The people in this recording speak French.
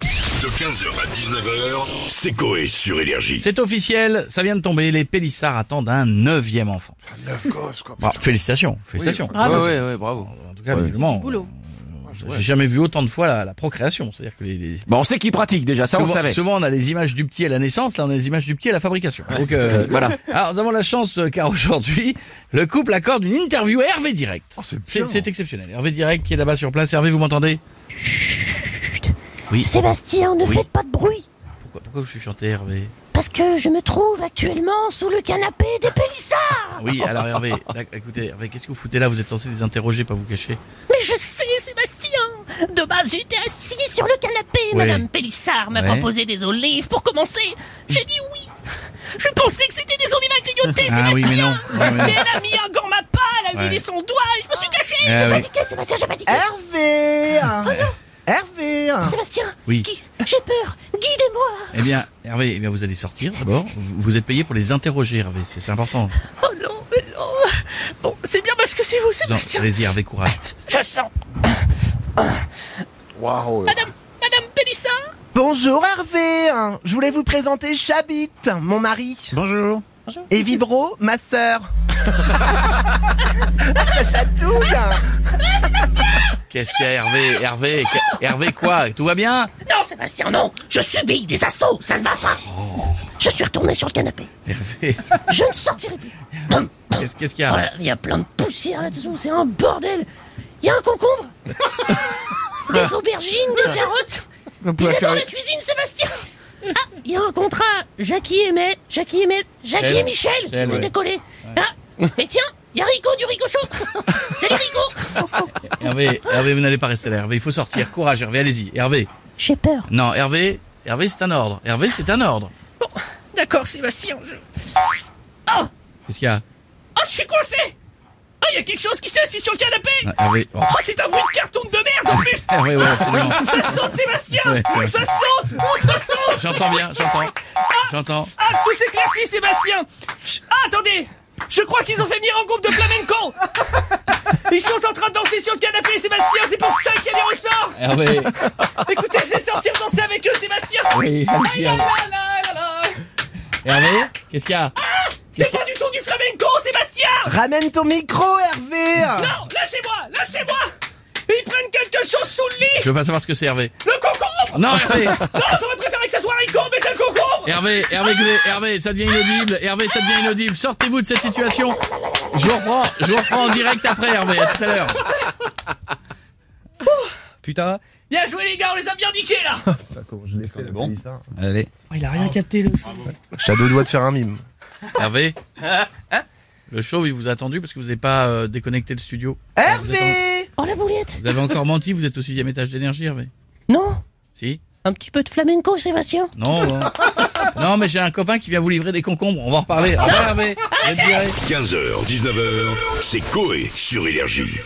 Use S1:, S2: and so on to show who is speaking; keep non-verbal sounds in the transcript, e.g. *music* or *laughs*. S1: De 15h à 19h, c'est Coé sur Énergie.
S2: C'est officiel, ça vient de tomber, les Pélissards attendent un neuvième enfant.
S3: Neuf gosses, quoi.
S2: Bah, félicitations, félicitations.
S4: Bravo. Ouais, ouais, ouais, bravo.
S2: En tout cas, visiblement,
S5: boulot.
S2: euh, j'ai jamais vu autant de fois la, la procréation. C'est-à-dire que les, les-
S4: Bon, on sait qu'il pratique déjà, ça on le
S2: souvent,
S4: savait.
S2: souvent, on a les images du petit à la naissance, là on a les images du petit à la fabrication. Donc, euh,
S4: Voilà.
S2: alors nous avons la chance euh, car aujourd'hui, le couple accorde une interview à Hervé Direct.
S3: Oh, c'est
S2: C'est
S3: bien.
S2: c'est exceptionnel. Hervé Direct qui est là-bas sur place. Hervé, vous m'entendez
S6: Chut.
S2: Oui.
S6: Sébastien, ne
S2: Oui.
S6: faites pas de bruit,
S2: Pourquoi, pourquoi vous chuchotez Hervé
S6: parce que je me trouve actuellement sous le canapé des Pélissards.
S2: Oui, alors Hervé, d'ac- écoutez, Hervé, qu'est-ce que vous foutez là Vous êtes censé les interroger, pas vous cacher.
S6: Mais je sais, Sébastien. De base, j'étais assis sur le canapé.
S2: Oui.
S6: Madame Pélissard m'a
S2: Ouais.
S6: proposé des olives pour commencer. J'ai dit oui. Je pensais que c'était des olives à grignoter,
S2: Ah
S6: Sébastien.
S2: oui, mais non. Ouais, mais
S6: Mais
S2: non.
S6: elle a mis un gant mappa, elle a
S2: Ouais.
S6: huilé son doigt et je me suis caché.
S2: Ah
S6: j'ai
S2: oui.
S6: pas dit que, Sébastien, j'ai pas dit que.
S7: Ah. Hervé hein. Hervé hein.
S6: Sébastien,
S2: Oui.
S6: Gui- j'ai peur. Guidez-moi.
S2: Eh bien, Hervé, eh bien, vous allez sortir d'abord. Vous vous êtes payé pour les interroger, Hervé, c'est c'est important.
S7: Oh non, mais non Bon, c'est bien parce que c'est vous,
S2: Non,
S7: Sébastien
S2: Allez-y, Hervé, courage.
S6: Je sens.
S3: Waouh.
S6: Madame, Madame Pélissard.
S7: Bonjour Hervé hein. Je voulais vous présenter Chabit, mon mari. Bonjour. Et Vibro, ma sœur. Ça chatouille hein.
S2: Qu'est-ce qu'il y a, Hervé Hervé, qu- Hervé, quoi Tout va bien
S6: Non, Sébastien, non. Je subis des assauts, ça ne va pas. Je suis retourné sur le canapé.
S2: Oh. Hervé, Ah.
S6: Je ne sortirai plus.
S2: qu'est-ce qu'est-ce qu'il y
S6: Oh
S2: a
S6: là, il y a plein de poussière là-dessous, c'est un bordel. Il y a un
S2: *laughs*
S6: concombre, des aubergines, des carottes. C'est dans la cuisine, Sébastien. Ah, il y a un contrat. Jackie et Mel, Jackie et Mel, Jackie et Michel,
S2: Michel,
S6: c'était
S2: ouais.
S6: collé. Ah, et tiens, il y a Rico du Rico Show. Salut Rico.
S2: Hervé, Hervé, vous n'allez pas rester là, Hervé. Il faut sortir. Courage, Hervé, allez-y. Hervé.
S6: J'ai peur.
S2: Non, Hervé, Hervé, c'est un ordre. Hervé, c'est un ordre.
S6: D'accord, Sébastien. Je... Oh,
S2: Qu'est-ce qu'il y a
S6: je suis coincé. Ah, il y a quelque chose qui s'est assis sur le canapé.
S2: Ah, Hervé, oh.
S6: Oh, c'est un bruit de carton de merde en plus.
S2: *laughs* Hervé, ouais, absolument.
S6: Ça saute, Sébastien.
S2: Ouais, c'est vrai.
S6: ça saute. Ça saute.
S2: J'entends bien, j'entends. J'entends.
S6: Ah, tout s'éclaircit, Sébastien Ch- Ah, attendez Je crois qu'ils ont fait venir un groupe de flamenco Ils sont en train de danser sur le canapé, Sébastien C'est pour ça qu'il y a des ressorts
S2: Hervé,
S6: Écoutez, je vais sortir danser avec eux, Sébastien
S2: oui, allez-y,
S6: Ah,
S2: Hervé.
S6: là, là, là, là.
S2: Hervé,
S6: Ah.
S2: qu'est-ce qu'il y a
S6: C'est pas du tout du flamenco, Sébastien
S7: Ramène ton micro Hervé hein.
S6: Non Lâchez-moi Lâchez-moi Ils prennent quelque chose sous le lit
S2: Je veux pas savoir ce que c'est, Hervé.
S6: Le concombre
S2: Non,
S6: *laughs*
S2: Hervé
S6: Non, j'aurais préféré que ça soit un haricot, mais c'est le concombre
S2: Hervé, Hervé, Hervé, Hervé, ça devient inaudible. Hervé, ça devient inaudible. Sortez-vous de cette situation. Je vous reprends, je vous reprends en direct après, Hervé. À tout à l'heure.
S4: Putain.
S6: Bien joué, les gars, on les a bien niqués, là
S4: Bon.
S7: Oh, il a rien capté le J'ai deux doigts de faire un mime.
S2: Hervé. Hein Le show, il vous a attendu parce que vous n'avez pas euh, déconnecté le studio.
S7: Hervé
S5: Oh la boulette
S2: Vous avez encore menti, vous êtes au sixième étage d'énergie, Hervé.
S5: Non
S2: Si
S5: Un petit peu de flamenco, Sébastien
S2: Non, non. Non, mais j'ai un copain qui vient vous livrer des concombres. On va en reparler. Au revoir, Hervé. Je dirai.
S1: 15h, 19h, c'est Coé sur Énergie.